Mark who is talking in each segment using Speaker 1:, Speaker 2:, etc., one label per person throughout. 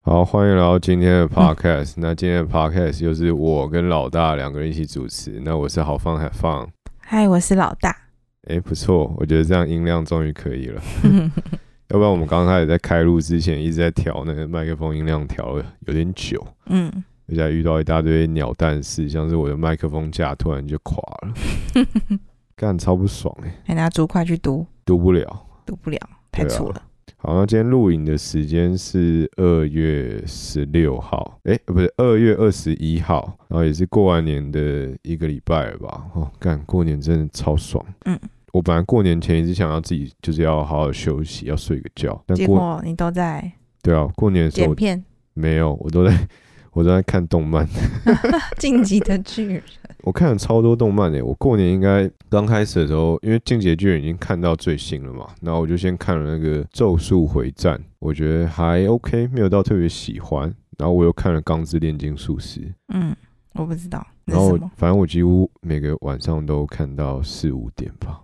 Speaker 1: 好，欢迎来到今天的 podcast。那今天的 podcast 就是我跟老大两个人一起主持。那我是好放还放，
Speaker 2: 嗨，我是老大。
Speaker 1: 哎，不错，我觉得这样音量终于可以了。要不然我们刚开始在开录之前一直在调那个麦克风音量，调了有点久，
Speaker 2: 嗯，
Speaker 1: 而且还遇到一大堆鸟蛋事，像是我的麦克风架突然就垮了，干超不爽哎、
Speaker 2: 还拿竹筷去读，
Speaker 1: 读不了。
Speaker 2: 读不了，太
Speaker 1: 对啊
Speaker 2: 粗了。
Speaker 1: 好，那今天录影的时间是二月十六号，哎、不是二月二十一号，然后也是过完年的一个礼拜了吧？哦，干过年真的超爽。
Speaker 2: 嗯，
Speaker 1: 我本来过年前一直想要自己就是要好好休息，要睡个觉，但
Speaker 2: 结
Speaker 1: 过
Speaker 2: 果你都在
Speaker 1: 对啊，过年的时候
Speaker 2: 剪
Speaker 1: 我
Speaker 2: 片，
Speaker 1: 没有，我都在 我都在看动漫，
Speaker 2: 《晋级的巨人》
Speaker 1: 我看了超多动漫欸诶、我过年应该刚开始的时候，因为《进击的巨人》已经看到最新了嘛，然后我就先看了那个《咒术回战》，我觉得还 OK，没有到特别喜欢。然后我又看了《钢之炼金术师》，
Speaker 2: 嗯，我不知道那
Speaker 1: 然
Speaker 2: 是
Speaker 1: 后
Speaker 2: 什
Speaker 1: 我
Speaker 2: 么，
Speaker 1: 反正我几乎每个晚上都看到四五点吧，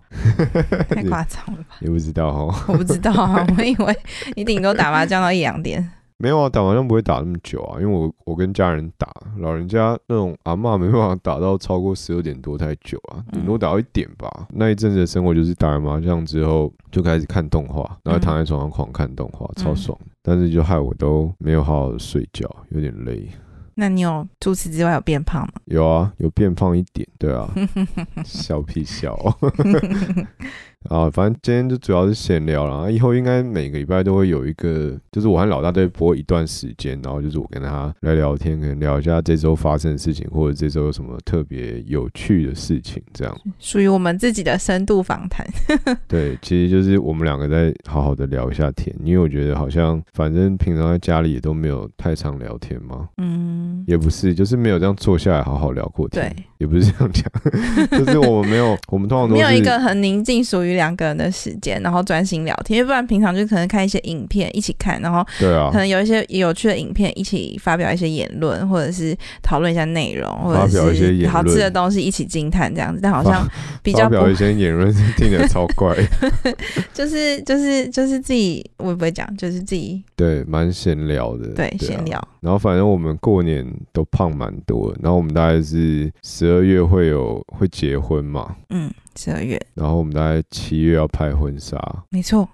Speaker 2: 太夸张了吧？
Speaker 1: 也不知道哦。
Speaker 2: 我不知道 啊，我以为你顶多打麻将到一两点。
Speaker 1: 没有啊，打麻将不会打那么久啊，因为我我跟家人打，老人家那种阿嬷没办法打到超过十二点多太久啊，
Speaker 2: 嗯
Speaker 1: 顶多打到一点吧。那一阵子的生活就是打完麻将之后就开始看动画，然后躺在床上狂看动画，超爽的。但是就害我都没有好好地睡觉，有点累。
Speaker 2: 那你有除此之外有变胖吗？
Speaker 1: 有啊，有变胖一点，对啊，笑屁笑、 啊，反正今天就主要是闲聊啦。以后应该每个礼拜都会有一个，就是我和老大都会播一段时间，然后就是我跟他来聊天，可能聊一下这周发生的事情，或者这周有什么特别有趣的事情，这样。
Speaker 2: 属于我们自己的深度访谈。
Speaker 1: 对，其实就是我们两个在好好的聊一下天，因为我觉得好像反正平常在家里也都没有太常聊天嘛，
Speaker 2: 嗯，
Speaker 1: 也不是，就是没有这样坐下来好好聊过天。
Speaker 2: 对，
Speaker 1: 也不是这样 讲，就是我们没有，我们通常都
Speaker 2: 没有
Speaker 1: 是
Speaker 2: 一个很宁静属于两个人的时间，然后专心聊天，因为不然平常就可能看一些影片一起看，然后
Speaker 1: 对啊
Speaker 2: 可，能有一些有趣的影片，一起发表一些言论，或者是讨论一下内容，或
Speaker 1: 发表
Speaker 2: 者
Speaker 1: 一些
Speaker 2: 是
Speaker 1: 言
Speaker 2: 好
Speaker 1: 论
Speaker 2: 吃的东西一起惊叹这样子。但好像比
Speaker 1: 发
Speaker 2: 较不，
Speaker 1: 表一些言论听起来超 怪，
Speaker 2: 就是就是就是自己，我也不会讲，就是自己
Speaker 1: 对，蛮闲聊的，
Speaker 2: 对
Speaker 1: 啊
Speaker 2: 闲聊。
Speaker 1: 然后反正我们过年都胖蛮多的，然后我们大概是十二月会有会结婚嘛，
Speaker 2: 嗯，十二月
Speaker 1: 然后我们大概七月要拍婚纱，
Speaker 2: 没错，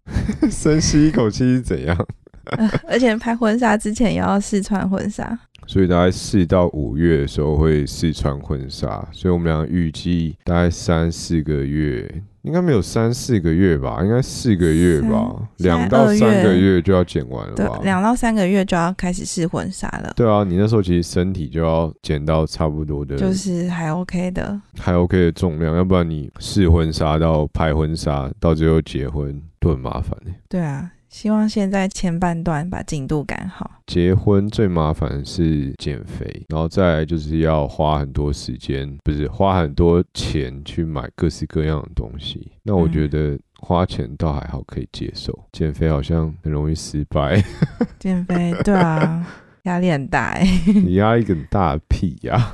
Speaker 1: 深吸一口气是怎样？
Speaker 2: 呃而且拍婚纱之前也要试穿婚纱，
Speaker 1: 所以大概四到五月的时候会试穿婚纱，所以我们俩预计大概三四个月，应该没有三四个月吧，应该四个月吧，
Speaker 2: 三
Speaker 1: 两到
Speaker 2: 现在
Speaker 1: 三
Speaker 2: 二月
Speaker 1: 个月就要剪完了
Speaker 2: 对
Speaker 1: 吧，？
Speaker 2: 两到三个月就要开始试婚纱了，
Speaker 1: 对啊，你那时候其实身体就要减到差不多的，
Speaker 2: 就是还 OK 的，
Speaker 1: 还 OK 的重量，要不然你试婚纱到拍婚纱到最后结婚都很麻烦、欸、
Speaker 2: 对啊。希望现在前半段把进度赶好，
Speaker 1: 结婚最麻烦的是减肥，然后再来就是要花很多时间，不是花很多钱去买各式各样的东西。那我
Speaker 2: 嗯
Speaker 1: 觉得花钱倒还好可以接受，减肥好像很容易失败，
Speaker 2: 减肥，对啊，压力很大哎、
Speaker 1: 你压力很大屁呀、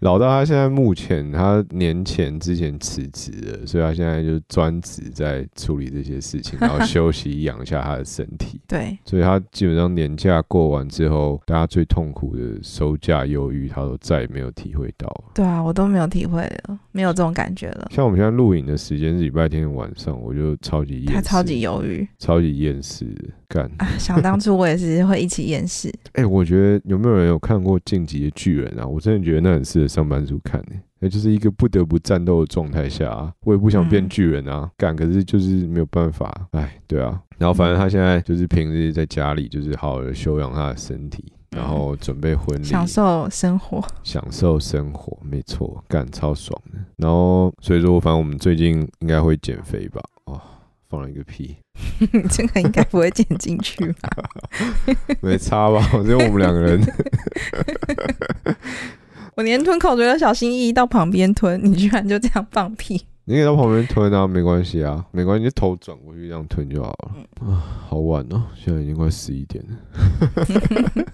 Speaker 1: 老大他现在目前他年前之前辞职了，所以他现在就专职在处理这些事情，然后休息养一下他的身体。
Speaker 2: 对，
Speaker 1: 所以他基本上年假过完之后，大家最痛苦的收假忧郁，他都再也没有体会到了。
Speaker 2: 对啊，我都没有体会了，没有这种感觉了。
Speaker 1: 像我们现在录影的时间是礼拜天的晚上，我就超级厌世，
Speaker 2: 他超级犹豫
Speaker 1: 超级厌世的，干。
Speaker 2: 啊！想当初我也是会一起 厌世，
Speaker 1: 哎、我觉得有没有人有看过《晋级的巨人》啊？我真的觉得那很适合上班族看诶、那就是一个不得不战斗的状态下、啊，我也不想变
Speaker 2: 嗯
Speaker 1: 巨人啊，干、可是就是没有办法，哎，对啊。然后反正他现在就是平日在家里，就是好好的休养他的身体，
Speaker 2: 嗯
Speaker 1: 然后准备婚礼，
Speaker 2: 享受生活。
Speaker 1: 享受生活，没错，干超爽的。然后所以说，反正我们最近应该会减肥吧？哦，放了一个屁，
Speaker 2: 这个应该不会剪进去 吧？
Speaker 1: 没差吧？只有我们两个人，
Speaker 2: 我连吞口水都小心翼翼到旁边吞，你居然就这样放屁！
Speaker 1: 你可以到旁边吞啊，没关系啊，没关系，你就头转过去这样吞就好了。啊，好晚哦，现在已经快十一点了。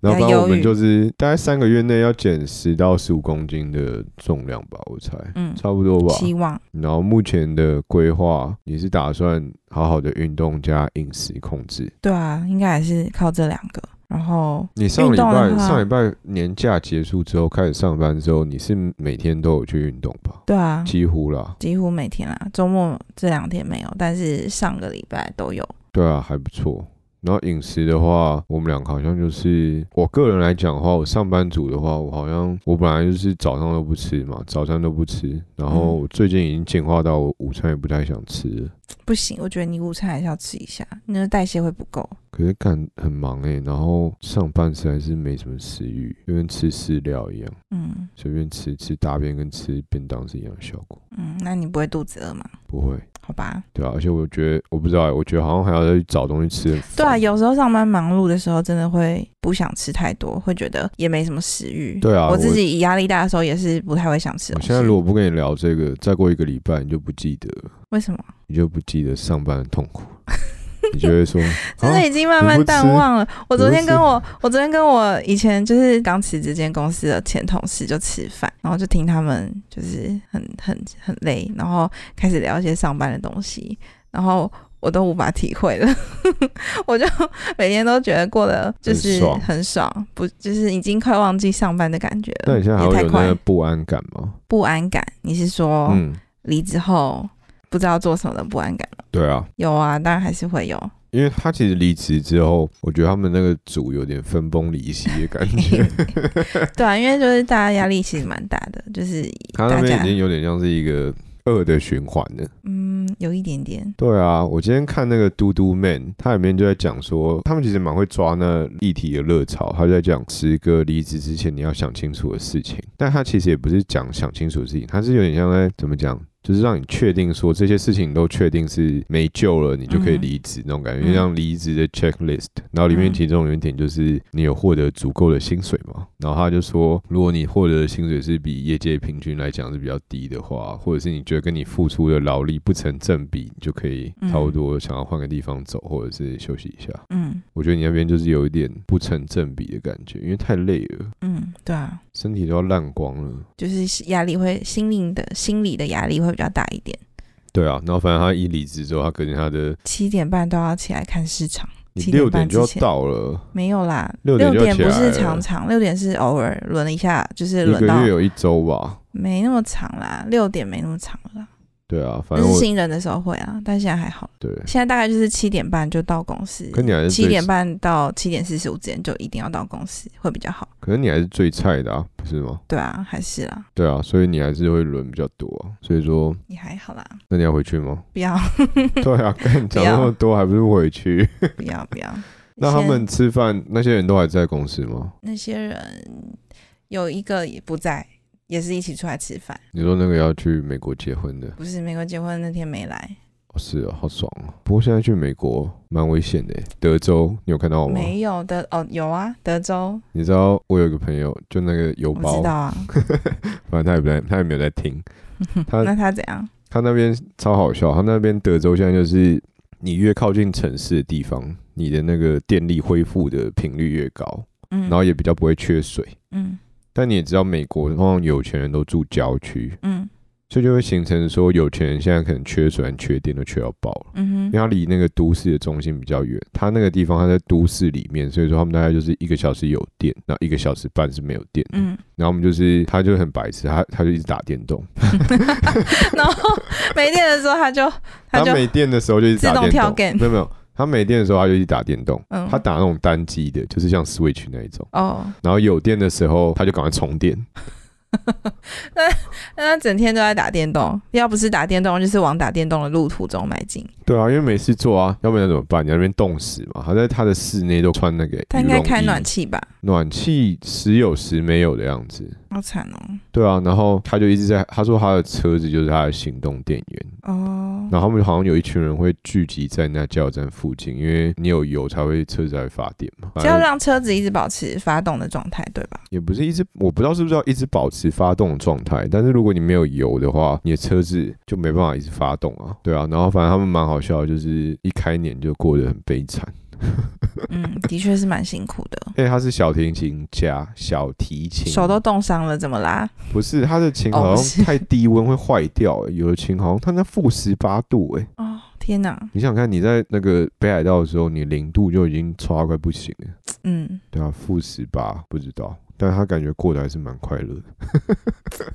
Speaker 1: 然后反
Speaker 2: 比较
Speaker 1: 正我
Speaker 2: 忧
Speaker 1: 们
Speaker 2: 郁
Speaker 1: 就是大概三个月内要减十到十五公斤的重量吧，我猜
Speaker 2: 嗯，
Speaker 1: 差不多吧。
Speaker 2: 希望
Speaker 1: 然后目前的规划也是打算好好的运动加饮食控制。
Speaker 2: 对啊，应该还是靠这两个。然后
Speaker 1: 你上
Speaker 2: 运
Speaker 1: 礼
Speaker 2: 动啊的
Speaker 1: 拜
Speaker 2: 话
Speaker 1: 上礼拜年假结束之后开始上班之后，你是每天都有去运动吧？
Speaker 2: 对啊，
Speaker 1: 几乎啦，
Speaker 2: 几乎每天啦，周末这两天没有，但是上个礼拜都有。
Speaker 1: 对啊，还不错。然后饮食的话，我们两个好像就是我个人来讲的话，我上班族的话，我好像我本来就是早上都不吃嘛，早餐都不吃。然后
Speaker 2: 嗯
Speaker 1: 我最近已经进化到我午餐也不太想吃了。
Speaker 2: 不行，我觉得你午餐还是要吃一下，你的代谢会不够。
Speaker 1: 可是干很忙哎、然后上班实在是没什么食欲，就跟吃饲料一样，
Speaker 2: 嗯
Speaker 1: 随便吃吃大便跟吃便当是一样的效果。
Speaker 2: 嗯，那你不会肚子饿吗？
Speaker 1: 不会，
Speaker 2: 好吧。
Speaker 1: 对啊，而且我觉得我不知道欸、我觉得好像还要再去找东西吃很烦。
Speaker 2: 对啊，有时候上班忙碌的时候，真的会不想吃太多，会觉得也没什么食欲。
Speaker 1: 对啊
Speaker 2: 我自
Speaker 1: 我
Speaker 2: 己压力大的时候也是不太会想吃
Speaker 1: 我
Speaker 2: 东西。
Speaker 1: 现在如果不跟你聊这个，再过一个礼拜你就不记得了。
Speaker 2: 为什么？
Speaker 1: 你就不记得上班的痛 苦，你就会说，
Speaker 2: 真的
Speaker 1: 啊
Speaker 2: 已经慢慢淡忘了。我昨天跟我我昨天跟我以前就是刚辞职间公司的前同事就吃饭，然后就听他们就是很很很累，然后开始聊一些上班的东西，然后我都无法体会了。 我就每天都觉得过得就是
Speaker 1: 很爽
Speaker 2: 很爽，不就是已经快忘记上班的感觉
Speaker 1: 那
Speaker 2: 了。
Speaker 1: 你现在还
Speaker 2: 也
Speaker 1: 会
Speaker 2: 太
Speaker 1: 有那
Speaker 2: 快哦
Speaker 1: 个不安感吗？
Speaker 2: 不安感？你是说
Speaker 1: 嗯，
Speaker 2: 离职后不知道做什么的不安感吗？
Speaker 1: 对啊，
Speaker 2: 有啊，当然还是会有。
Speaker 1: 因为他其实离职之后，我觉得他们那个组有点分崩离析的感觉，
Speaker 2: 对啊，因为就是大家压力其实蛮大的，就是
Speaker 1: 他
Speaker 2: 大
Speaker 1: 那边
Speaker 2: 家
Speaker 1: 已经有点像是一个恶的循环了。
Speaker 2: 嗯有一点点，
Speaker 1: 对啊，我今天看那个嘟嘟 man，它里面就在讲说，他们其实蛮会抓那议题的热潮，他就在讲十个离职之前你要想清楚的事情，但他其实也不是讲想清楚的事情，他是有点像在怎么讲。就是让你确定说这些事情都确定是没救了，你就可以
Speaker 2: 嗯
Speaker 1: 离职那种感觉，
Speaker 2: 嗯
Speaker 1: 就像离职的 checklist。然后里面
Speaker 2: 嗯
Speaker 1: 其中有一点就是你有获得足够的薪水嘛？然后他就说，如果你获得的薪水是比业界平均来讲是比较低的话，或者是你觉得跟你付出的劳力不成正比，你就可以
Speaker 2: 嗯
Speaker 1: 差不多想要换个地方走，或者是休息一下。
Speaker 2: 嗯
Speaker 1: 我觉得你那边就是有一点不成正比的感觉，因为太累了，
Speaker 2: 嗯，对啊，
Speaker 1: 身体都要烂光了。
Speaker 2: 就是压力会心灵的心理的压力会比较大一点。
Speaker 1: 对啊，然后反正他一离职之后，他可能他的
Speaker 2: 七点半都要起来看市场，
Speaker 1: 你
Speaker 2: 七点
Speaker 1: 六
Speaker 2: 半
Speaker 1: 点就要
Speaker 2: 之前
Speaker 1: 到了，
Speaker 2: 没有啦，
Speaker 1: 六点
Speaker 2: 点
Speaker 1: 就起来
Speaker 2: 不是
Speaker 1: 了
Speaker 2: 常常，六点是偶尔轮一下，就是
Speaker 1: 一
Speaker 2: 轮
Speaker 1: 个
Speaker 2: 到
Speaker 1: 月有一周吧。
Speaker 2: 没那么长啦，六点没那么长了啦。
Speaker 1: 对啊，反正
Speaker 2: 但是
Speaker 1: 我
Speaker 2: 新人的时候会啊，但现在还好，
Speaker 1: 对，
Speaker 2: 现在大概就是七点半就到公司，
Speaker 1: 可你还是
Speaker 2: 七
Speaker 1: 最
Speaker 2: 点半到七点四十五之前就一定要到公司，会比较好。
Speaker 1: 可是你还是最菜的啊，不是吗？
Speaker 2: 对啊，还是啦，
Speaker 1: 对啊，所以你还是会轮比较多啊、所以说，
Speaker 2: 你还好啦，
Speaker 1: 那你要回去 吗？
Speaker 2: 不要
Speaker 1: 对啊，跟你讲
Speaker 2: 不要
Speaker 1: 那么多，还不是回去？
Speaker 2: 不要不要。
Speaker 1: 那他
Speaker 2: 先
Speaker 1: 们吃饭那些人都还在公司吗？
Speaker 2: 那些人有一个也不在，也是一起出来吃饭，
Speaker 1: 你说那个要去美国结婚的，
Speaker 2: 不是美国结婚那天没来，
Speaker 1: 哦是啊，好爽啊！不过现在去美国蛮危险的耶，欸德州你有看到我吗？
Speaker 2: 没有的哦，有啊，德州
Speaker 1: 你知道我有一个朋友，就那个邮
Speaker 2: 我知
Speaker 1: 包，
Speaker 2: 道啊，
Speaker 1: 反正他也不在，他也没有在 听。他
Speaker 2: 那他怎样？
Speaker 1: 他那边超好笑，他那边德州现在就是你越靠近城市的地方，你的那个电力恢复的频率越高，
Speaker 2: 嗯，
Speaker 1: 然后也比较不会缺水。
Speaker 2: 嗯
Speaker 1: 但你也知道，美国通常有钱人都住郊区，
Speaker 2: 嗯
Speaker 1: 所以就会形成说，有钱人现在可能缺水、缺电都缺到爆了。
Speaker 2: 嗯
Speaker 1: 因为
Speaker 2: 哼，
Speaker 1: 他离那个都市的中心比较远，他那个地方他在都市里面，所以说他们大概就是一个小时有电，然后一个小时半是没有电。
Speaker 2: 嗯，
Speaker 1: 然后我们就是他就很白痴，他他就一直打电动，
Speaker 2: 然后没电的时候他就他
Speaker 1: 他
Speaker 2: 就
Speaker 1: 没电的时候就一直打
Speaker 2: 自动
Speaker 1: 电
Speaker 2: 跳
Speaker 1: 动，
Speaker 2: game
Speaker 1: 没有没有，他没电的时候他就一直打电动，
Speaker 2: 嗯
Speaker 1: 他打那种单机的，就是像 Switch 那一种。
Speaker 2: 哦，
Speaker 1: 然后有电的时候他就赶快充电，
Speaker 2: 那他整天都在打电动，要不是打电动，就是往打电动的路途中迈进。
Speaker 1: 对啊，因为没事做啊，要不然怎么办？你在那边冻死嘛？他在他的室内都穿那个
Speaker 2: 他
Speaker 1: 羽
Speaker 2: 应
Speaker 1: 绒
Speaker 2: 该
Speaker 1: 衣
Speaker 2: 开暖，气吧？
Speaker 1: 暖气时有时没有的样子。
Speaker 2: 好惨哦。
Speaker 1: 对啊，然后他就一直在，他说他的车子就是他的行动电源，
Speaker 2: 哦，
Speaker 1: 然后他们好像有一群人会聚集在那加油站附近，因为你有油才会车子才会发电嘛。
Speaker 2: 就要
Speaker 1: 反正
Speaker 2: 让车子一直保持发动的状态，对吧？
Speaker 1: 也不是一直，我不知道是不是要一直保持发动的状态，但是如果你没有油的话，你的车子就没办法一直发动啊。对啊，然后反正他们蛮好笑的，就是一开年就过得很悲惨。
Speaker 2: 嗯，的确是蛮辛苦的，
Speaker 1: 哎、他是小提琴家，小提琴
Speaker 2: 手都冻伤了，怎么啦？
Speaker 1: 不是他的琴
Speaker 2: 哦
Speaker 1: 好
Speaker 2: 是
Speaker 1: 像太低温会坏掉、欸有的琴好像它那负十八度哎、
Speaker 2: 哦，天哪，
Speaker 1: 你想想看你在那个北海道的时候，你零度就已经差到快不行了，
Speaker 2: 嗯，
Speaker 1: 对啊，负十八不知道，但他感觉过得还是蛮快乐的，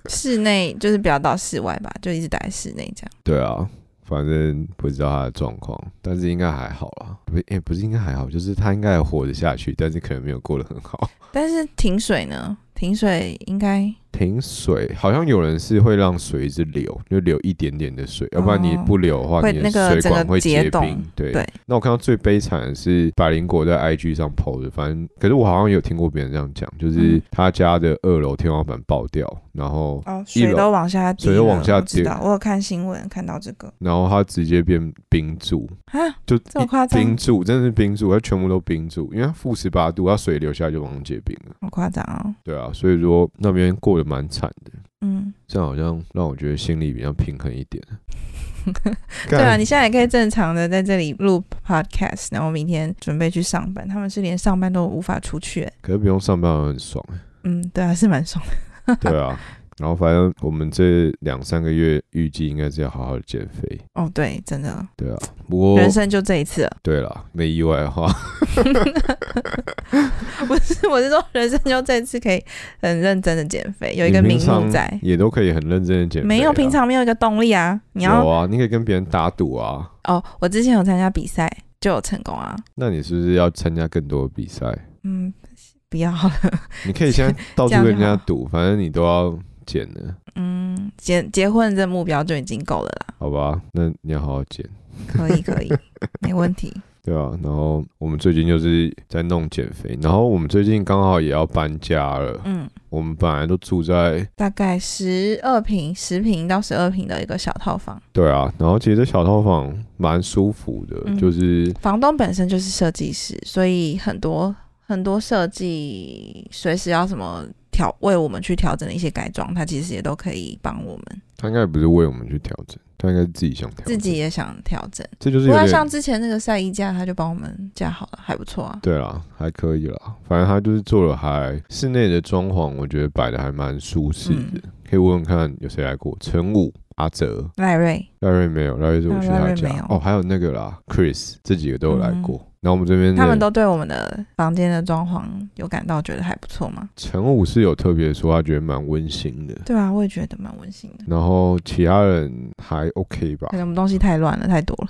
Speaker 2: 室内就是不要到室外吧，就一直待在室内这样。
Speaker 1: 对啊。反正不知道他的状况，但是应该还好啦。不，哎、不是应该还好，就是他应该还活得下去，但是可能没有过得很好。
Speaker 2: 但是停水呢？停水应该
Speaker 1: 停水，好像有人是会让水一直流，就流一点点的水，要不然你
Speaker 2: 哦
Speaker 1: 不流的话，
Speaker 2: 会
Speaker 1: 你
Speaker 2: 那个
Speaker 1: 的水
Speaker 2: 整
Speaker 1: 管
Speaker 2: 个
Speaker 1: 会
Speaker 2: 结
Speaker 1: 结
Speaker 2: 冻
Speaker 1: 冰。对，
Speaker 2: 对
Speaker 1: 那我看到最悲惨的是百灵果在 IG 上 PO 的，反正可是我好像有听过别人这样讲，就是
Speaker 2: 嗯
Speaker 1: 他家的二楼天花板爆掉，然后
Speaker 2: 哦，
Speaker 1: 一
Speaker 2: 水
Speaker 1: 楼
Speaker 2: 都往下滴了，
Speaker 1: 水都往下
Speaker 2: 我知
Speaker 1: 滴
Speaker 2: 道，我有看新闻看到这个
Speaker 1: 然后他直接变冰柱，
Speaker 2: 啊，
Speaker 1: 就
Speaker 2: 这么夸张
Speaker 1: 冰柱，真的是冰柱，他全部都冰柱，因为它负十八度，它水流下来就马上结冰了。
Speaker 2: 好夸张哦，
Speaker 1: 对啊，所以说那边过得蛮惨的。
Speaker 2: 嗯，
Speaker 1: 这样好像让我觉得心里比较平衡一点。
Speaker 2: 对
Speaker 1: 干
Speaker 2: 啊，你现在也可以正常的在这里录 podcast，然后明天准备去上班，他们是连上班都无法出去欸，
Speaker 1: 可是不用上班好像很 爽，
Speaker 2: 嗯，对啊，是蛮爽的，
Speaker 1: 对啊。然后反正我们这两三个月预计应该是要好好减肥，
Speaker 2: 哦，对，真的，
Speaker 1: 对啊。不过
Speaker 2: 人生就这一次了，
Speaker 1: 对啦，没意外的话，
Speaker 2: 不是，我是说人生就这一次可以很认真的减肥， 有一个
Speaker 1: 你
Speaker 2: 名
Speaker 1: 平常
Speaker 2: 目在，
Speaker 1: 也都可以很认真的减肥啊。
Speaker 2: 没有平常没有一个动力啊，你要
Speaker 1: 有啊，你可以跟别人打赌啊。
Speaker 2: 哦，我之前有参加比赛就有成功啊，
Speaker 1: 那你是不是要参加更多的比赛？
Speaker 2: 嗯，不要好了，
Speaker 1: 你可以先到
Speaker 2: 这
Speaker 1: 处
Speaker 2: 样
Speaker 1: 跟人
Speaker 2: 就
Speaker 1: 家
Speaker 2: 好
Speaker 1: 赌，反正你都要减的，
Speaker 2: 嗯，结结婚这目标就已经够了啦，
Speaker 1: 好吧？那你要好好减。
Speaker 2: 可以 可以，没问题，
Speaker 1: 对啊，然后我们最近就是在弄减肥，然后我们最近刚好也要搬家了。
Speaker 2: 嗯，
Speaker 1: 我们本来都住在
Speaker 2: 大概十二平、十平到十二平的一个小套房，
Speaker 1: 对啊，然后其实这小套房蛮舒服的，
Speaker 2: 嗯
Speaker 1: 就是
Speaker 2: 房东本身就是设计师，所以很多很多设计随时要什么调为我们去调整的一些改装，他其实也都可以帮我们，
Speaker 1: 他应该不是为我们去调整，他应该是自己想调整，
Speaker 2: 自己也想调整。
Speaker 1: 这就是
Speaker 2: 不
Speaker 1: 有
Speaker 2: 过
Speaker 1: 点
Speaker 2: 像之前那个晒衣架，他就帮我们架好了，还不错啊。
Speaker 1: 对啦，还可以啦，反正他就是做了还室内的装潢，我觉得摆的还蛮舒适
Speaker 2: 嗯
Speaker 1: 的，可以问问看有谁来过，陈武、阿哲、
Speaker 2: 赖瑞，
Speaker 1: 赖瑞没有，赖瑞是我去
Speaker 2: 嗯赖
Speaker 1: 他
Speaker 2: 瑞
Speaker 1: 家
Speaker 2: 没有嗯
Speaker 1: 哦，还有那个啦，Chris 这几个都有来过，然后我们这边的
Speaker 2: 他们都对我们的房间的装潢有感到觉得还不错吗？
Speaker 1: 陈武是有特别说，他觉得蛮温馨的。
Speaker 2: 对啊，我也觉得蛮温馨的。
Speaker 1: 然后其他人还 OK 吧
Speaker 2: 可，能我们东西太乱了，太多了。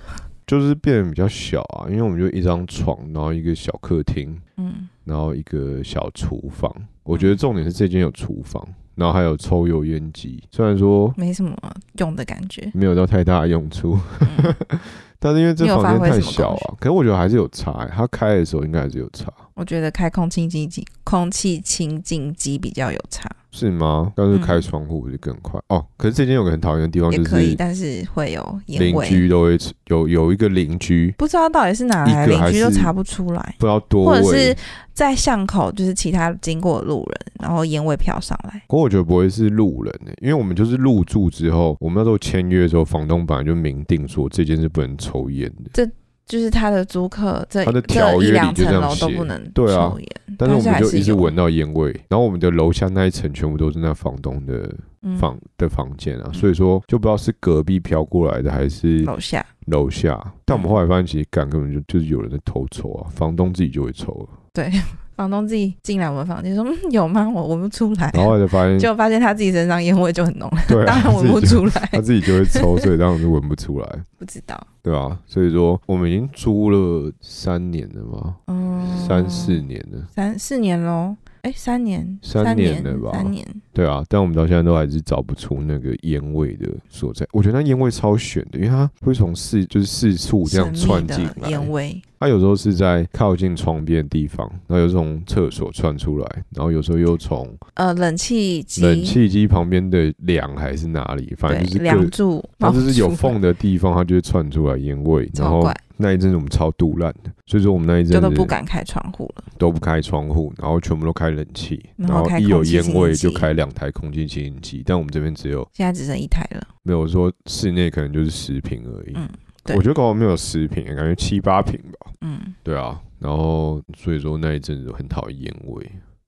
Speaker 1: 就是变得比较小啊，因为我们就一张床，然后一个小客厅，
Speaker 2: 嗯，
Speaker 1: 然后一个小厨房。我觉得重点是这间有厨房，然后还有抽油烟机，虽然说
Speaker 2: 没什么用的感觉。
Speaker 1: 没有到太大的用处，
Speaker 2: 嗯
Speaker 1: 但是因为这
Speaker 2: 你有
Speaker 1: 房间
Speaker 2: 发挥
Speaker 1: 太
Speaker 2: 什么
Speaker 1: 小
Speaker 2: 功
Speaker 1: 啊，可是我觉得还是有差、欸，它开的时候应该还是有差，
Speaker 2: 我觉得开空气清净机、空气清净机比较有差，
Speaker 1: 是吗？但是开
Speaker 2: 嗯
Speaker 1: 窗户不是更快、哦？可是这间有个很讨厌的地方，
Speaker 2: 也
Speaker 1: 就
Speaker 2: 可以，
Speaker 1: 是
Speaker 2: 但是会有烟
Speaker 1: 邻
Speaker 2: 味。
Speaker 1: 居都会吃有有一个邻居
Speaker 2: 不知道到底是哪来
Speaker 1: 一个
Speaker 2: 邻
Speaker 1: 还
Speaker 2: 居，都
Speaker 1: 是
Speaker 2: 查不出来，
Speaker 1: 不知道多
Speaker 2: 或者
Speaker 1: 味
Speaker 2: 是在巷口，就是其他经过的路人，然后烟味飘上来。
Speaker 1: 可我觉得不会是路人呢、因为我们就是入住之
Speaker 2: 嗯
Speaker 1: 后，我们那时候签约的时候，房东本来就明定说这间是不能抽烟的。
Speaker 2: 就是他的租客这
Speaker 1: 他的条
Speaker 2: 这
Speaker 1: 约里
Speaker 2: 一两
Speaker 1: 就
Speaker 2: 层
Speaker 1: 这样
Speaker 2: 楼都
Speaker 1: 写
Speaker 2: 不能抽
Speaker 1: 对啊
Speaker 2: 烟，
Speaker 1: 但是我
Speaker 2: 嗯但是
Speaker 1: 们
Speaker 2: 还
Speaker 1: 就是一直
Speaker 2: 有
Speaker 1: 闻到烟味，然后我们的楼下那一层全部都是那房东的
Speaker 2: 嗯
Speaker 1: 房、的房间啊，所以说就不知道是隔壁飘过来的还是
Speaker 2: 楼下
Speaker 1: 楼下。
Speaker 2: 嗯
Speaker 1: 但我们后来发现，其实干根本就就是有人在偷抽啊，房东自己就会抽 了，
Speaker 2: 房东自己进来我们房间说：“嗯，有吗？我闻不出来。
Speaker 1: 然后 后来才发现，
Speaker 2: 结果发现他自己身上烟味就很浓 了，
Speaker 1: 对、啊，
Speaker 2: 当然闻不
Speaker 1: 自己就
Speaker 2: 出来
Speaker 1: 他。自己就会抽，所以当然是闻不出来，
Speaker 2: 不知道，
Speaker 1: 对啊，所以说我们已经租了三年了嘛，
Speaker 2: 嗯，
Speaker 1: 三四年了。
Speaker 2: 三四年喽，哎，三年，
Speaker 1: 三
Speaker 2: 年
Speaker 1: 年了吧
Speaker 2: 三年，
Speaker 1: 对啊，但我们到现在都还是找不出那个烟味的所在。我觉得那烟味超悬的，因为它会从四就是四处这样
Speaker 2: 神
Speaker 1: 窜
Speaker 2: 秘的
Speaker 1: 进来。
Speaker 2: 烟味，
Speaker 1: 它有时候是在靠近床边的地方，然后有时候从厕所窜出来，然后有时候又从
Speaker 2: 呃，冷气机，
Speaker 1: 冷气机旁边的梁还是哪里，反
Speaker 2: 对
Speaker 1: 正就是
Speaker 2: 梁
Speaker 1: 各
Speaker 2: 柱，
Speaker 1: 它就是有
Speaker 2: 冒出来，
Speaker 1: 缝的地方，它就会窜出来烟味。然
Speaker 2: 超
Speaker 1: 后
Speaker 2: 怪，
Speaker 1: 那一阵子我们超肚烂的，所以说我们那一阵
Speaker 2: 就都
Speaker 1: 子
Speaker 2: 不敢开窗户了。
Speaker 1: 都不开窗户，然后全部都开冷气，
Speaker 2: 然
Speaker 1: 然
Speaker 2: 后
Speaker 1: 后
Speaker 2: 开
Speaker 1: 一有
Speaker 2: 空气
Speaker 1: 烟
Speaker 2: 清
Speaker 1: 味
Speaker 2: 新
Speaker 1: 就
Speaker 2: 机
Speaker 1: 开两台空气清新机，但我们这边只有。
Speaker 2: 现在只剩一台了，
Speaker 1: 没有我说室内可能就是十平而已，
Speaker 2: 嗯对
Speaker 1: 我觉得搞不好没有十瓶，感觉七八瓶吧。
Speaker 2: 嗯
Speaker 1: 对啊，然后所以说那一阵子很讨厌烟味，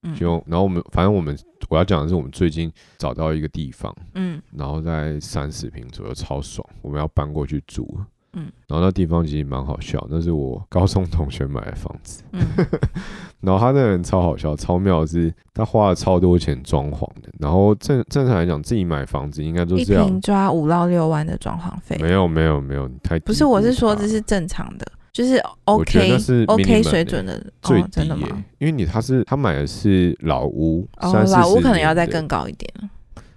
Speaker 2: 嗯
Speaker 1: 就然后我们反正我们我要讲的是我们最近找到一个地方，
Speaker 2: 嗯
Speaker 1: 然后在三十平左右，超爽。我们要搬过去住，
Speaker 2: 嗯，
Speaker 1: 然后那地方其实蛮好笑，那是我高中同学买的房子，
Speaker 2: 嗯
Speaker 1: 然后他那个人超好笑，超妙的是，他花了超多钱装潢的。然后正正常来讲，自己买房子应该都
Speaker 2: 一
Speaker 1: 是要
Speaker 2: 瓶抓五到六万的装潢费，
Speaker 1: 没有没有没有，你太低
Speaker 2: 不是，我是说
Speaker 1: 估
Speaker 2: 这
Speaker 1: 它
Speaker 2: 是正常的，就是
Speaker 1: 我觉得
Speaker 2: OK
Speaker 1: 那是
Speaker 2: OK
Speaker 1: minimum
Speaker 2: 水准的，
Speaker 1: 最
Speaker 2: 哦，
Speaker 1: 低
Speaker 2: 真的
Speaker 1: 耶、
Speaker 2: 吗？
Speaker 1: 因为你他是他买的是老屋，
Speaker 2: 哦，
Speaker 1: 三四
Speaker 2: 老屋
Speaker 1: 十
Speaker 2: 可能要
Speaker 1: 年
Speaker 2: 再
Speaker 1: 的
Speaker 2: 更，高一点了。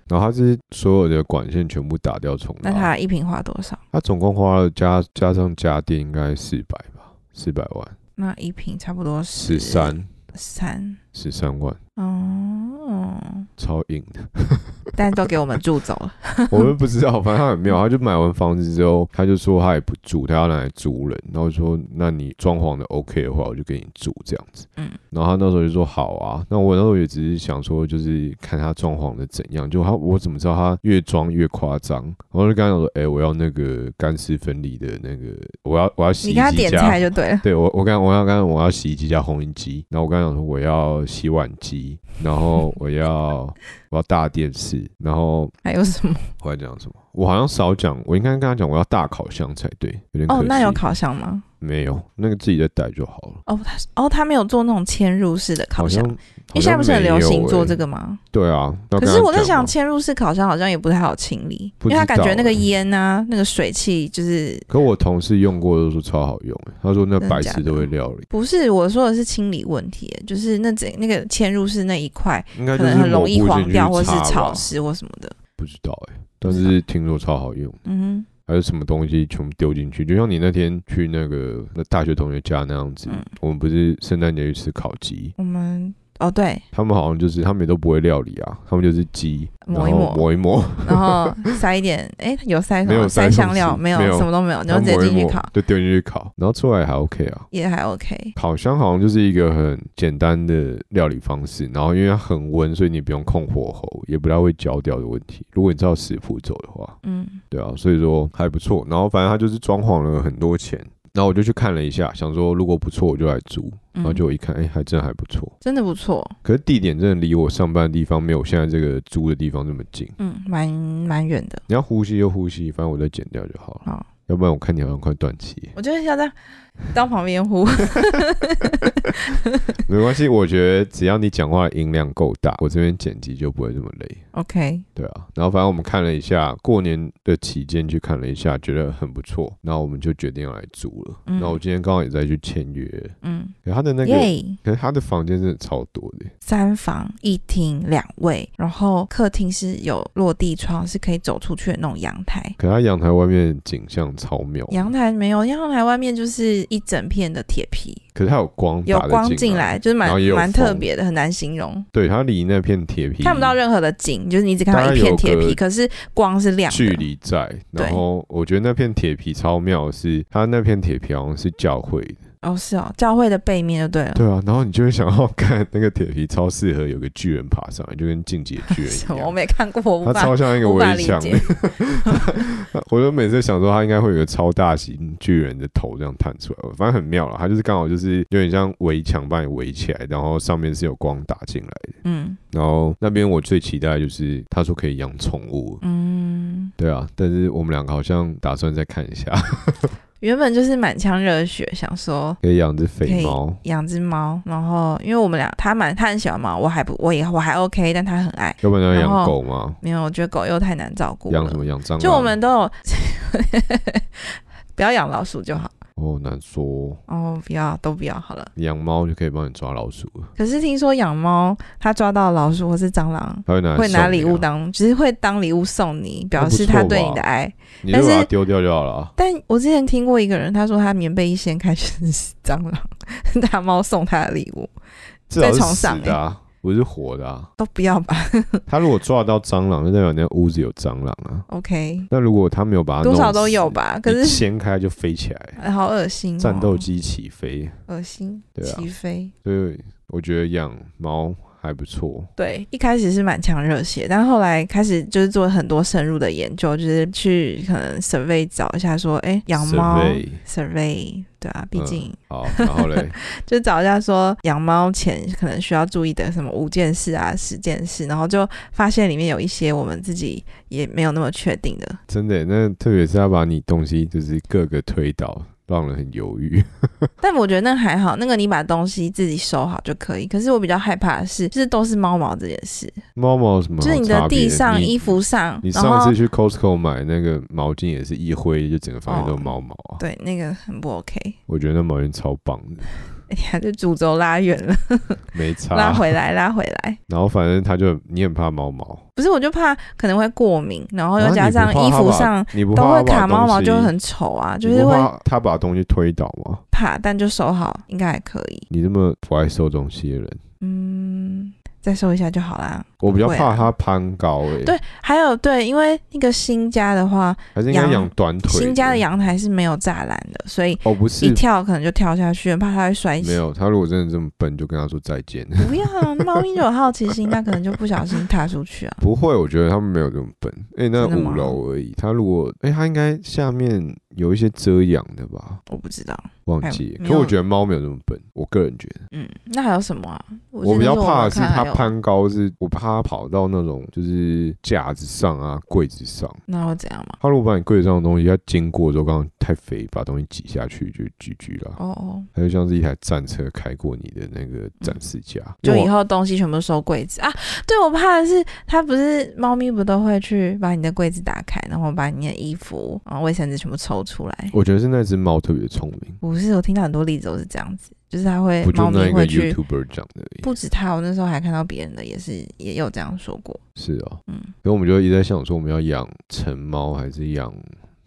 Speaker 1: 然后他是所有的管线全部打掉重
Speaker 2: 那
Speaker 1: 拉
Speaker 2: 他一瓶花多少？
Speaker 1: 他总共花了加加上家电应该四百吧，四百万，
Speaker 2: 那一瓶差不多
Speaker 1: 十
Speaker 2: 十
Speaker 1: 三
Speaker 2: 三
Speaker 1: 十三万，
Speaker 2: 哦，
Speaker 1: 超硬的。
Speaker 2: 但都给我们住走了。
Speaker 1: 我们不知道，反正他很妙，他就买完房子之后，他就说他也不住，他要拿来租人，然后我说那你装潢的 OK 的话，我就给你住这样子。
Speaker 2: 嗯
Speaker 1: 然后他那时候就说好啊，那我那时候也只是想说，就是看他装潢的怎样，就他我怎么知道他越装越夸张？然后就跟他讲说，哎、我要那个干湿分离的那个，我要我要洗
Speaker 2: 你
Speaker 1: 衣
Speaker 2: 跟他
Speaker 1: 机
Speaker 2: 点
Speaker 1: 加
Speaker 2: 菜就对了。
Speaker 1: 对我，我刚我要刚刚我要洗衣机加烘衣机，然后我刚刚讲说我要洗碗机，然后我要我要大电视，然后
Speaker 2: 还有什么？
Speaker 1: 我还讲什么？我好像少讲，我应该跟他讲我要大烤箱才对，有点可惜。
Speaker 2: 哦，那有烤箱吗？
Speaker 1: 没有？那个自己再带就好了。
Speaker 2: 哦，他哦，他没有做那种嵌入式的烤
Speaker 1: 好
Speaker 2: 箱
Speaker 1: 像，欸
Speaker 2: 因为现在不是很流行做这
Speaker 1: 个？
Speaker 2: 个吗？
Speaker 1: 对啊，
Speaker 2: 可是我在想，
Speaker 1: 可
Speaker 2: 嵌入式烤箱好像也不太好清理，
Speaker 1: 不知
Speaker 2: 因为
Speaker 1: 道欸
Speaker 2: 他感觉那个烟啊，那个水汽就是
Speaker 1: 可我同事用过都说超好用、欸他说那
Speaker 2: 真的
Speaker 1: 百
Speaker 2: 假
Speaker 1: 事
Speaker 2: 的
Speaker 1: 都会料理，
Speaker 2: 不是我说的是清理问题，就是那整那个嵌入式那一块
Speaker 1: 应该
Speaker 2: 可
Speaker 1: 就是
Speaker 2: 能很容易
Speaker 1: 抹布
Speaker 2: 黄
Speaker 1: 进去
Speaker 2: 掉，或是
Speaker 1: 擦吧
Speaker 2: 潮湿或什么的。
Speaker 1: 不知道哎、欸但是听说超好用。
Speaker 2: 嗯
Speaker 1: 还是什么东西全部丢进去，就像你那天去那个那大学同学家那样子，
Speaker 2: 嗯
Speaker 1: 我们不是圣诞节去吃烤鸡
Speaker 2: 哼，，我们哦对，
Speaker 1: 他们好像就是他们也都不会料理啊，他们就是鸡，
Speaker 2: 抹一
Speaker 1: 然后
Speaker 2: 抹
Speaker 1: 抹一抹，
Speaker 2: 然后塞一点，哎、有塞什
Speaker 1: 没
Speaker 2: 么？
Speaker 1: 有塞东西
Speaker 2: 香料，没有
Speaker 1: 没有
Speaker 2: 什么都没有，你就
Speaker 1: 然
Speaker 2: 直
Speaker 1: 后
Speaker 2: 接
Speaker 1: 抹一
Speaker 2: 进去
Speaker 1: 抹
Speaker 2: 烤，
Speaker 1: 就丢进去烤，然后出来还 OK 啊。
Speaker 2: 也还 OK。
Speaker 1: 烤箱好像就是一个很简单的料理方式，然后因为它很温，所以你不用控火候，也不太会焦掉的问题。如果你照食谱走的话，
Speaker 2: 嗯
Speaker 1: 对啊，所以说还不错。然后反正他就是装潢了很多钱，然后我就去看了一下，想说如果不错我就来租。然
Speaker 2: 嗯，
Speaker 1: 后就我一看，哎、还真还不错。
Speaker 2: 真的不错，
Speaker 1: 可是地点真的离我上班的地方没有我现在这个租的地方这么近。
Speaker 2: 嗯，蛮蛮远的。
Speaker 1: 你要呼吸就呼吸，反正我再剪掉就好了。
Speaker 2: 好，，
Speaker 1: 要不然我看你好像快断气
Speaker 2: 我就是要在当旁边呼，
Speaker 1: 没关系。我觉得只要你讲话的音量够大，我这边剪辑就不会这么累。
Speaker 2: OK，
Speaker 1: 对啊，然后反正我们看了一下，过年的期间去看了一下，觉得很不错，然后我们就决定要来租了。
Speaker 2: 嗯
Speaker 1: 那、我今天刚好也在去签约，
Speaker 2: 嗯，
Speaker 1: 可他的那个，
Speaker 2: 耶、
Speaker 1: 可是他的房间真的超多的，
Speaker 2: 三房一厅两卫，然后客厅是有落地窗，是可以走出去的那种阳台。
Speaker 1: 可他阳台外面的景象超妙，
Speaker 2: 阳台没有，阳台外面就是一整片的铁皮，
Speaker 1: 可是他有光
Speaker 2: 有
Speaker 1: 打得
Speaker 2: 光进
Speaker 1: 进
Speaker 2: 来，就是蛮
Speaker 1: 啊然后也有
Speaker 2: 蛮
Speaker 1: 风
Speaker 2: 特别的，很难形容，
Speaker 1: 对，它离那片铁皮
Speaker 2: 看不到任何的景，就是你只看
Speaker 1: 当
Speaker 2: 到
Speaker 1: 然
Speaker 2: 一片
Speaker 1: 有
Speaker 2: 铁
Speaker 1: 个
Speaker 2: 皮，可是光是亮的。
Speaker 1: 距离在，
Speaker 2: 对
Speaker 1: 然后我觉得那片铁皮超妙的是，它那片铁皮好像是教会的，
Speaker 2: 哦，是哦，教会的背面就对了。
Speaker 1: 对啊，然后你就会想要看那个铁皮超适合有个巨人爬上来，就跟进击的巨人
Speaker 2: 什
Speaker 1: 一
Speaker 2: 么？我
Speaker 1: 样。
Speaker 2: 没看过，我无
Speaker 1: 它
Speaker 2: 法
Speaker 1: 超像一个
Speaker 2: 无法
Speaker 1: 围
Speaker 2: 理
Speaker 1: 墙
Speaker 2: 解
Speaker 1: 的， 我就每次想说它应该会有个超大型巨人的头这样探出来，反正很妙了。它就是刚好就是有点像围墙把你围起来，然后上面是有光打进来的。
Speaker 2: 嗯
Speaker 1: 然后那边我最期待的就是他说可以养宠物，
Speaker 2: 嗯，
Speaker 1: 对啊，但是我们两个好像打算再看一下，
Speaker 2: 原本就是满腔热血，想说
Speaker 1: 可以养只肥猫，
Speaker 2: 养只猫，然后因为我们俩他蛮他很喜欢猫，我还不我也我还 OK，但他很爱。
Speaker 1: 要不然要
Speaker 2: 然后
Speaker 1: 养狗吗？
Speaker 2: 没有，我觉得狗又太难照顾
Speaker 1: 养什
Speaker 2: 了，
Speaker 1: 么？啊养蟑螂？
Speaker 2: 就我们都有， 不要养老鼠就好。
Speaker 1: 哦，难说哦，
Speaker 2: 哦，不要，都不要好了。
Speaker 1: 养猫就可以帮你抓老鼠了，
Speaker 2: 可是听说养猫，它抓到老鼠或是蟑螂，
Speaker 1: 它会拿来
Speaker 2: 会拿
Speaker 1: 送你
Speaker 2: 礼物
Speaker 1: 啊，
Speaker 2: 当，只是会当礼物送你，表示
Speaker 1: 那
Speaker 2: 它
Speaker 1: 哦不错啊
Speaker 2: 对
Speaker 1: 吧
Speaker 2: 你的爱。
Speaker 1: 你
Speaker 2: 但
Speaker 1: 就把它
Speaker 2: 是
Speaker 1: 丢掉就好了啊。
Speaker 2: 但我之前听过一个人，他说他棉被一掀开全是 蟑螂，大猫送他的礼物
Speaker 1: 至少
Speaker 2: 在
Speaker 1: 是
Speaker 2: 床上哎
Speaker 1: 死的啊，不是活的啊。
Speaker 2: 都不要吧
Speaker 1: 它如果抓到蟑螂，就代表那屋子有蟑螂啊。
Speaker 2: ？OK，
Speaker 1: 那如果它没有把它
Speaker 2: 多
Speaker 1: 啊
Speaker 2: 少
Speaker 1: 弄死
Speaker 2: 都有，吧？可
Speaker 1: 一
Speaker 2: 是
Speaker 1: 掀开就飞起来，
Speaker 2: 哎好恶心、哦，
Speaker 1: 战斗机起飞。
Speaker 2: 恶心，
Speaker 1: 对啊
Speaker 2: 起飞。
Speaker 1: 所以我觉得养猫还不错。
Speaker 2: 对，一开始是满腔热血，但后来开始就是做很多深入的研究，就是去可能 survey 找一下说，哎，养猫
Speaker 1: Survey 嗯
Speaker 2: survey，对啊，毕竟、
Speaker 1: 好，然后 嘞，
Speaker 2: 就找一下说养猫前可能需要注意的什么五件事啊、十件事，然后就发现里面有一些我们自己也没有那么确定的。
Speaker 1: 真的耶，那特别是他把你东西就是各个推倒，让人很犹 豫。
Speaker 2: 但我觉得那还好，那个你把东西自己收好就可以。可是我比较害怕的是，就是都是猫毛这件事，
Speaker 1: 猫毛有什么好
Speaker 2: 就
Speaker 1: 差别？
Speaker 2: 是你的地上、
Speaker 1: 你
Speaker 2: 衣服上，
Speaker 1: 你
Speaker 2: 然
Speaker 1: 上
Speaker 2: 后
Speaker 1: 次去 Costco 买那个毛巾也是一挥，就整个房间都是猫毛啊！
Speaker 2: 对那个很不 OK，
Speaker 1: 我觉得那毛巾超棒的，
Speaker 2: 哎呀，就主轴拉远了，
Speaker 1: 没
Speaker 2: 拉
Speaker 1: 差。
Speaker 2: 回来，拉回来。
Speaker 1: 然后反正他就你很怕猫毛，
Speaker 2: 不是，我就怕可能会过敏，然后
Speaker 1: 啊
Speaker 2: 又
Speaker 1: 你
Speaker 2: 哦加
Speaker 1: 不怕
Speaker 2: 上衣
Speaker 1: 他
Speaker 2: 服
Speaker 1: 把
Speaker 2: 上
Speaker 1: 你不
Speaker 2: 都
Speaker 1: 怕
Speaker 2: 会
Speaker 1: 他把
Speaker 2: 卡猫毛，
Speaker 1: 东
Speaker 2: 就
Speaker 1: 西
Speaker 2: 会很丑啊，就
Speaker 1: 你
Speaker 2: 是
Speaker 1: 不
Speaker 2: 会
Speaker 1: 怕他把东西推倒吗？
Speaker 2: 怕，但就收好，应该还可以。
Speaker 1: 你这么不爱收东西的人，
Speaker 2: 嗯，再收一下就好啦。
Speaker 1: 我比较
Speaker 2: 不会
Speaker 1: 怕
Speaker 2: 啊
Speaker 1: 他攀高诶、欸。
Speaker 2: 对，还有对，因为那个新家的话，
Speaker 1: 还是应该
Speaker 2: 养
Speaker 1: 养短腿。
Speaker 2: 新家的阳台是没有栅栏的，所以
Speaker 1: 哦，不
Speaker 2: 一
Speaker 1: 是，
Speaker 2: 跳可能就跳下去，很怕它会摔
Speaker 1: 没
Speaker 2: 死。
Speaker 1: 有。他如果真的这么笨，就跟他说再见。
Speaker 2: 不要，啊猫咪就有好奇心，那可能就不小心踏出去啊。
Speaker 1: 不会，我觉得他们没有这么笨。哎、那
Speaker 2: 真的吗
Speaker 1: 五楼而已。他如果哎、他应该下面有一些遮阳的吧？
Speaker 2: 我不知道，
Speaker 1: 忘
Speaker 2: 哎
Speaker 1: 记了。
Speaker 2: 没
Speaker 1: 可
Speaker 2: 有
Speaker 1: 我觉得猫没有这么笨，我个人觉得。
Speaker 2: 嗯，那还有什么啊？我
Speaker 1: 我
Speaker 2: 真
Speaker 1: 比较
Speaker 2: 说
Speaker 1: 怕的
Speaker 2: 没
Speaker 1: 是
Speaker 2: 看
Speaker 1: 它
Speaker 2: 还有，
Speaker 1: 攀高是，我怕它跑到那种就是架子上啊、柜子上。
Speaker 2: 那会怎样嘛？
Speaker 1: 它如果把你柜子上的东西要经过之后，刚刚太肥，把东西挤下去就 GG 了。
Speaker 2: 哦哦，
Speaker 1: 它就像是一台战车开过你的那个展示架。因
Speaker 2: 就
Speaker 1: 为
Speaker 2: 以
Speaker 1: 我
Speaker 2: 后东西全部都收柜子啊。对，我怕的是它不是猫咪不都会去把你的柜子打开，然后把你的衣服啊、卫生纸全部抽出来。
Speaker 1: 我觉得是那只猫特别聪明，
Speaker 2: 不是，我听到很多例子都是这样子，就是它会
Speaker 1: 不就
Speaker 2: 猫
Speaker 1: 那
Speaker 2: 咪
Speaker 1: 一个
Speaker 2: 会去。
Speaker 1: YouTuber 讲的而已。
Speaker 2: 不止他，我那时候还看到别人的，也是也有这样说过。
Speaker 1: 是哦，
Speaker 2: 嗯，
Speaker 1: 所以我们就一直在想说，我们要养成猫还是养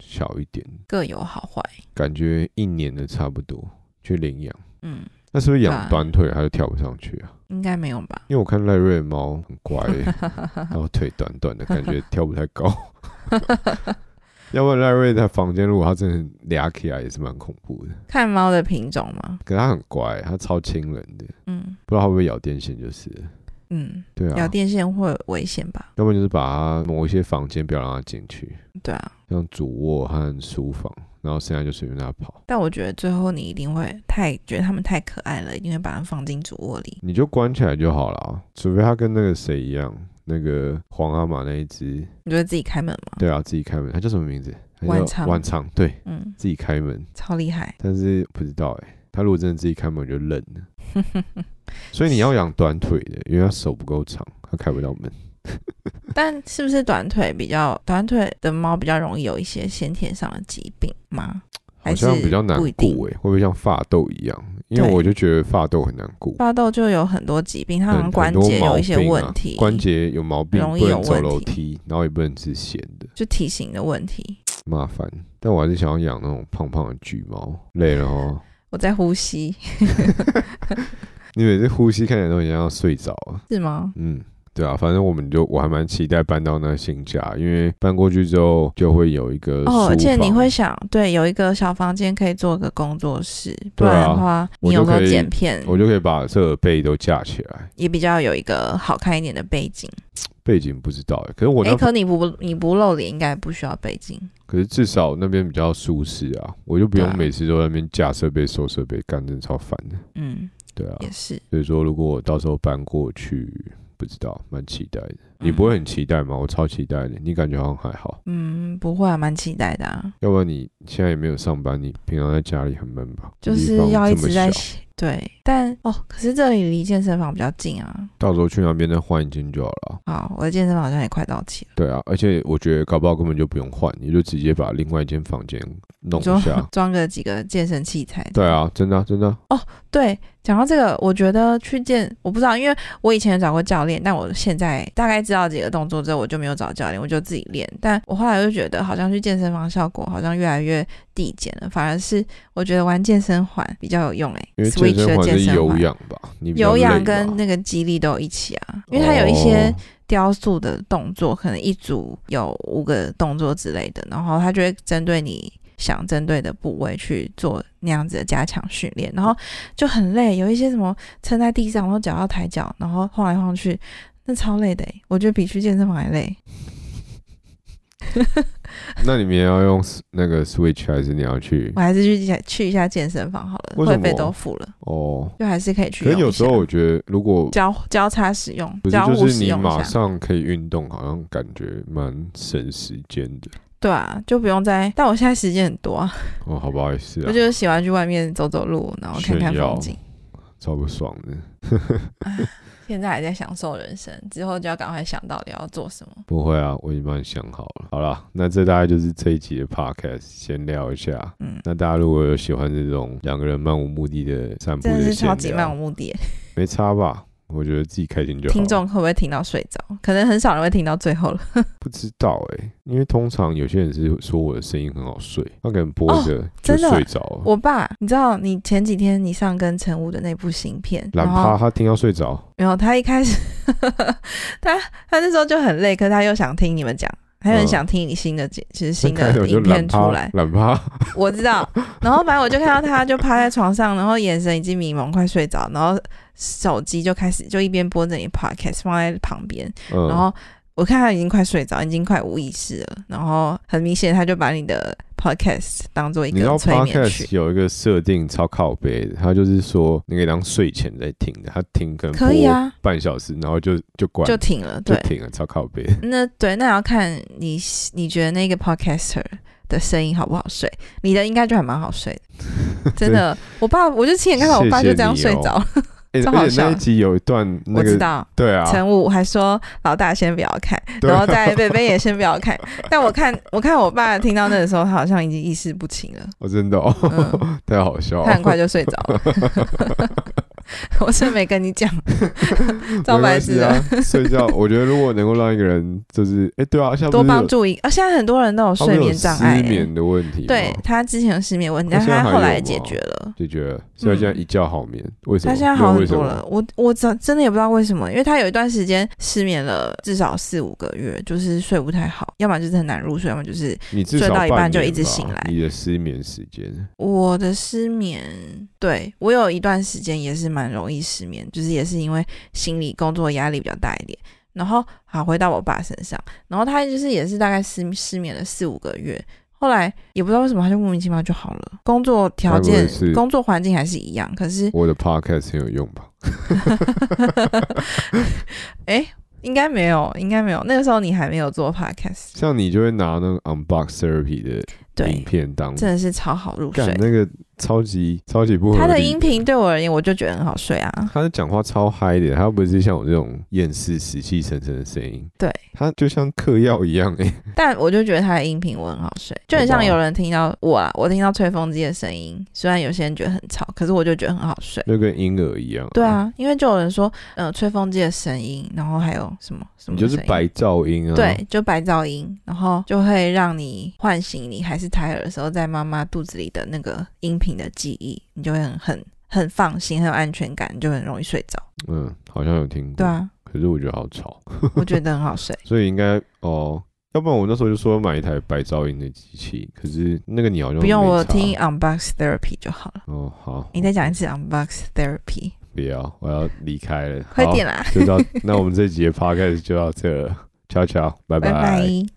Speaker 1: 小一点？
Speaker 2: 各有好坏。
Speaker 1: 感觉一年的差不多去领养。
Speaker 2: 嗯，
Speaker 1: 那是不是
Speaker 2: 对啊
Speaker 1: 养短腿它就跳不上去啊？
Speaker 2: 应该没有吧？
Speaker 1: 因为我看赖瑞的猫很乖、 欸，然后腿短短的，感觉跳不太高。 要不然赖瑞在房间，如果他真的俩起来也是蛮恐怖的。
Speaker 2: 看猫的品种嘛。
Speaker 1: 可是他很乖，他超亲人的，
Speaker 2: 嗯
Speaker 1: 不知道会不会咬电线就是了。
Speaker 2: 嗯，
Speaker 1: 对
Speaker 2: 咬
Speaker 1: 啊，
Speaker 2: 电线会有危险吧？
Speaker 1: 要不然就是把它某一些房间不要让它进去，
Speaker 2: 对啊，
Speaker 1: 像主卧和书房，然后剩下就随便它跑。
Speaker 2: 但我觉得最后你一定会太觉得它们太可爱了，一定会把它们放进主卧里。
Speaker 1: 你就关起来就好了啊，除非它跟那个谁一样，那个黄阿玛那一只，
Speaker 2: 你就会自己开门吗？
Speaker 1: 对啊，自己开门，它叫什么名字？它
Speaker 2: 晚
Speaker 1: 叫
Speaker 2: 长
Speaker 1: 晚长，对，
Speaker 2: 嗯，
Speaker 1: 自己开门，
Speaker 2: 超厉害。
Speaker 1: 但是不知道哎、他如果真的自己开门，我就愣了。所以你要养短腿的，因为他手不够长，他开不了门。
Speaker 2: 但是不是短腿比较短腿的猫比较容易有一些先天上的疾病吗？
Speaker 1: 好
Speaker 2: 还
Speaker 1: 像比较难
Speaker 2: 不一定
Speaker 1: 顾哎、会不会像发豆一样？因为
Speaker 2: 对
Speaker 1: 我就觉得发豆很难顾，
Speaker 2: 巴豆就有很多疾病，它好
Speaker 1: 很
Speaker 2: 像关
Speaker 1: 很多
Speaker 2: 节有
Speaker 1: 毛
Speaker 2: 一些
Speaker 1: 病啊
Speaker 2: 问题，
Speaker 1: 关节有毛病，
Speaker 2: 容易
Speaker 1: 不
Speaker 2: 有
Speaker 1: 能走
Speaker 2: 问
Speaker 1: 楼
Speaker 2: 题
Speaker 1: 梯，然后也不能吃咸的，
Speaker 2: 就体型的问题。
Speaker 1: 麻烦。但我还是想要养那种胖胖的橘猫，累了哦。
Speaker 2: 我在呼吸，
Speaker 1: 你每次呼吸看起来都很像要睡着啊。
Speaker 2: 是吗？
Speaker 1: 嗯，对啊，反正我们就我还蛮期待搬到那新家，因为搬过去之后就会有一个
Speaker 2: 哦，
Speaker 1: 书
Speaker 2: 而且你
Speaker 1: 房
Speaker 2: 会想，对，有一个小房间可以做个工作室，不
Speaker 1: 对啊
Speaker 2: 然的话，
Speaker 1: 我
Speaker 2: 你
Speaker 1: 就
Speaker 2: 有时候
Speaker 1: 可以
Speaker 2: 剪片
Speaker 1: 我就可以把设备都架起来。
Speaker 2: 也比较有一个好看一点的背景。
Speaker 1: 背景不知道欸，可是我
Speaker 2: 哎、
Speaker 1: 那、
Speaker 2: 可你不你不露脸，应该不需要背景。
Speaker 1: 可是至少那边比较舒适啊，我就不
Speaker 2: 对
Speaker 1: 用
Speaker 2: 啊
Speaker 1: 每次都在那边架设备、收设备，干真的超烦的。
Speaker 2: 嗯，
Speaker 1: 对啊，
Speaker 2: 也是。
Speaker 1: 所以说如果我到时候搬过去，不知道，蛮期待的。
Speaker 2: 嗯
Speaker 1: 你不会很期待吗？我超期待的，你感觉好像还好。
Speaker 2: 嗯？嗯，不会、啊，蛮期待的啊。
Speaker 1: 要不然你现在也没有上班，你平常在家里很闷吧？
Speaker 2: 就
Speaker 1: 地
Speaker 2: 是
Speaker 1: 方
Speaker 2: 要一
Speaker 1: 这么
Speaker 2: 直在
Speaker 1: 小
Speaker 2: 写对，但哦，可是这里离健身房比较近啊。
Speaker 1: 到时候去那边再换一间就好了啊。
Speaker 2: 好，我的健身房好像也快到期了。
Speaker 1: 对啊，而且我觉得搞不好根本就不用换，你就直接把另外一间房间弄
Speaker 2: 你说。
Speaker 1: 一下
Speaker 2: 装个几个健身器材。
Speaker 1: 对啊，真的啊、真的啊、
Speaker 2: 对，讲到这个，我觉得去健，我不知道，因为我以前有找过教练，但我现在大概知道几个动作之后，我就没有找教练，我就自己练。但我后来就觉得，好像去健身房效果好像越来越递减了，反而是我觉得玩健身环比较有用哎、
Speaker 1: 因为
Speaker 2: s w i
Speaker 1: 健
Speaker 2: t c h
Speaker 1: 身
Speaker 2: 的
Speaker 1: 环
Speaker 2: 健
Speaker 1: 是
Speaker 2: 身
Speaker 1: 有
Speaker 2: 环。
Speaker 1: 氧吧，你比较
Speaker 2: 有
Speaker 1: 累
Speaker 2: 氧
Speaker 1: 吧
Speaker 2: 跟那个肌力都有一起啊，因为它有一些
Speaker 1: 哦
Speaker 2: 雕塑的动作，可能一组有五个动作之类的，然后它就会针对你想针对的部位去做那样子的加强训练，然后就很累，有一些什么撑在地上，然后脚要抬脚，然后晃来晃去，那超累的欸，我觉得比去健身房还 累。
Speaker 1: 那你们也要用 s- 那个 Switch 还是你要去
Speaker 2: 我？还是去一下去一下健身房好了，
Speaker 1: 为什么
Speaker 2: 会费都付了，
Speaker 1: 哦，
Speaker 2: 就还是可以去
Speaker 1: 可
Speaker 2: 用一
Speaker 1: 是
Speaker 2: 下。
Speaker 1: 有时候我觉得，如果
Speaker 2: 交交叉使用，
Speaker 1: 不是
Speaker 2: 交互
Speaker 1: 就是
Speaker 2: 使
Speaker 1: 你
Speaker 2: 用一
Speaker 1: 马
Speaker 2: 下，
Speaker 1: 上可以运动，好像感觉蛮省时间的。
Speaker 2: 对啊，就不用再。但我现在时间很多啊，
Speaker 1: 哦，好吧，也是
Speaker 2: 我
Speaker 1: 啊，
Speaker 2: 就是喜欢去外面走走路，然后看看
Speaker 1: 炫耀
Speaker 2: 风景。
Speaker 1: 超不爽的。
Speaker 2: 现在还在享受人生，之后就要赶快想到底要做什么。
Speaker 1: 不会啊，我已经帮你想好了。好啦，那这大概就是这一集的 podcast，闲聊一下。
Speaker 2: 嗯，
Speaker 1: 那大家如果有喜欢这种两个人漫无目的的散步
Speaker 2: 真的
Speaker 1: 的
Speaker 2: 是超
Speaker 1: 闲
Speaker 2: 级漫无
Speaker 1: 聊，
Speaker 2: 目的耶。
Speaker 1: 没差吧？我觉得自己开心就好。
Speaker 2: 听众会不会听到睡着？可能很少人会听到最后 了。
Speaker 1: 不知道哎、因为通常有些人是说我的声音很好睡，他可能播着就
Speaker 2: 哦真的啊
Speaker 1: 睡着了。
Speaker 2: 我爸，你知道，你前几天你上跟陈武的那部新片，
Speaker 1: 懒
Speaker 2: 然
Speaker 1: 趴，
Speaker 2: 后
Speaker 1: 他听到睡着，
Speaker 2: 没有他一开始， 他他那时候就很累，可是他又想听你们讲，他又很
Speaker 1: 嗯
Speaker 2: 想听你新的节，就是
Speaker 1: 一
Speaker 2: 新
Speaker 1: 开
Speaker 2: 的
Speaker 1: 头就懒
Speaker 2: 影片
Speaker 1: 趴
Speaker 2: 出来，。
Speaker 1: 懒趴，
Speaker 2: 我知 道。然后反正我就看到他就趴在床上，然后眼神已经迷蒙，快睡着，然后手机就开始就一边播着你 podcast 放在旁边，
Speaker 1: 嗯，
Speaker 2: 然后我看他已经快睡着，已经快无意识了，然后很明显他就把你的 podcast 当做一
Speaker 1: 你知道
Speaker 2: 个催眠曲
Speaker 1: podcast。有一个设定超靠背的，他就是说你可以当睡前在听的，他听可能
Speaker 2: 可以啊
Speaker 1: 播半小时，然后就就关
Speaker 2: 就停了，
Speaker 1: 就
Speaker 2: 对，
Speaker 1: 停了，超靠 背。
Speaker 2: 那对，那要看你你觉得那个 podcaster 的声音好不好睡，你的应该就还蛮好睡 的，真的。我爸，我就亲眼看到我爸
Speaker 1: 谢谢
Speaker 2: 就这样
Speaker 1: 你
Speaker 2: 睡
Speaker 1: 哦
Speaker 2: 着了，
Speaker 1: 欸
Speaker 2: 超好
Speaker 1: 而且那
Speaker 2: 笑
Speaker 1: 一集有一段那
Speaker 2: 我知
Speaker 1: 个
Speaker 2: 道。
Speaker 1: 对啊，
Speaker 2: 陈武还说老大先不要看，
Speaker 1: 对啊
Speaker 2: 然后在贝贝也先不要看。但我看我看我爸听到那个时候，他好像已经意识不清了，
Speaker 1: 我真的哦，
Speaker 2: 嗯
Speaker 1: 太好笑
Speaker 2: 他很
Speaker 1: 了。
Speaker 2: 快就睡着 了。我是没跟你讲，超白痴
Speaker 1: 没
Speaker 2: 的。
Speaker 1: 关系啊！睡觉，我觉得如果能够让一个人就是，哎、对啊，像
Speaker 2: 多
Speaker 1: 不是有
Speaker 2: 帮助一个啊！现在很多人都有
Speaker 1: 他们
Speaker 2: 睡
Speaker 1: 有
Speaker 2: 眠障碍、
Speaker 1: 失
Speaker 2: 欸，
Speaker 1: 眠的问题吗，
Speaker 2: 对他之前有失眠问题，
Speaker 1: 他
Speaker 2: 但
Speaker 1: 现在
Speaker 2: 他
Speaker 1: 还
Speaker 2: 后来
Speaker 1: 有
Speaker 2: 解
Speaker 1: 吗
Speaker 2: 决了。
Speaker 1: 就觉得所以他现在
Speaker 2: 嗯
Speaker 1: 一觉好眠，为什么？
Speaker 2: 他现在好
Speaker 1: 那
Speaker 2: 很
Speaker 1: 为什
Speaker 2: 多
Speaker 1: 么
Speaker 2: 了，我我真真的也不知道为什么，因为他有一段时间失眠了至少四五个月，就是睡不太好，要么就是很难入睡，要么就是
Speaker 1: 你至
Speaker 2: 睡
Speaker 1: 少
Speaker 2: 到一
Speaker 1: 半
Speaker 2: 半就
Speaker 1: 年
Speaker 2: 一直
Speaker 1: 吧
Speaker 2: 醒来
Speaker 1: 你的失眠时间，
Speaker 2: 我的失眠，对我有一段时间也是蛮容易失眠，就是也是因为心理工作压力比较大一点。然后好回到我爸身上，然后他就是也是大概失失眠了四五个月，后来也不知道为什么他就莫名其妙就好了。工作条
Speaker 1: 该不
Speaker 2: 件
Speaker 1: 会是、
Speaker 2: 工作环境还是一样，可是
Speaker 1: 我的 podcast 很有用吧？
Speaker 2: 应该没有，应该没有。那个时候你还没有做
Speaker 1: 嗯
Speaker 2: podcast，
Speaker 1: 像你就会拿那个 unbox therapy 的影
Speaker 2: 对，
Speaker 1: 片当
Speaker 2: 真的是超好入
Speaker 1: 干
Speaker 2: 睡。
Speaker 1: 那个超级超级不合
Speaker 2: 他的
Speaker 1: 理
Speaker 2: 音频对我而言，我就觉得很好睡啊。
Speaker 1: 他讲话超嗨的，他不是像我这种厌世、死气沉沉的声音，
Speaker 2: 对，
Speaker 1: 他就像嗑药一样哎、欸
Speaker 2: 但我就觉得他的音频我很好睡，就很像有人听到我啦，我听到吹风机的声音，虽然有些人觉得很吵，可是我就觉得很好睡。
Speaker 1: 就跟婴儿一样。
Speaker 2: 对，啊，因为就有人说，呃，吹风机的声音，然后还有什么什
Speaker 1: 你
Speaker 2: 么
Speaker 1: 就是
Speaker 2: 声音
Speaker 1: 白噪音啊。
Speaker 2: 对，就白噪音，然后就会让你唤醒你还是胎儿的时候在妈妈肚子里的那个音频的记忆，你就会很很很放心，很有安全感，你就很容易睡着。
Speaker 1: 嗯，好像有听过。
Speaker 2: 对，啊，
Speaker 1: 可是我觉得好吵，
Speaker 2: 我觉得很 好睡。
Speaker 1: 所以应该哦。要不然我那时候就说买一台白噪音的机器，可是那个你好像
Speaker 2: 不用
Speaker 1: 没
Speaker 2: 我
Speaker 1: 差
Speaker 2: 听 Unbox Therapy 就好了。
Speaker 1: 哦，好，
Speaker 2: 你再讲一次 Unbox Therapy，
Speaker 1: 不要，我要离开 了，
Speaker 2: 快点啊
Speaker 1: 了，
Speaker 2: 啦！
Speaker 1: 就到那我们这集的 podcast 就到这了，悄悄，拜
Speaker 2: 拜拜。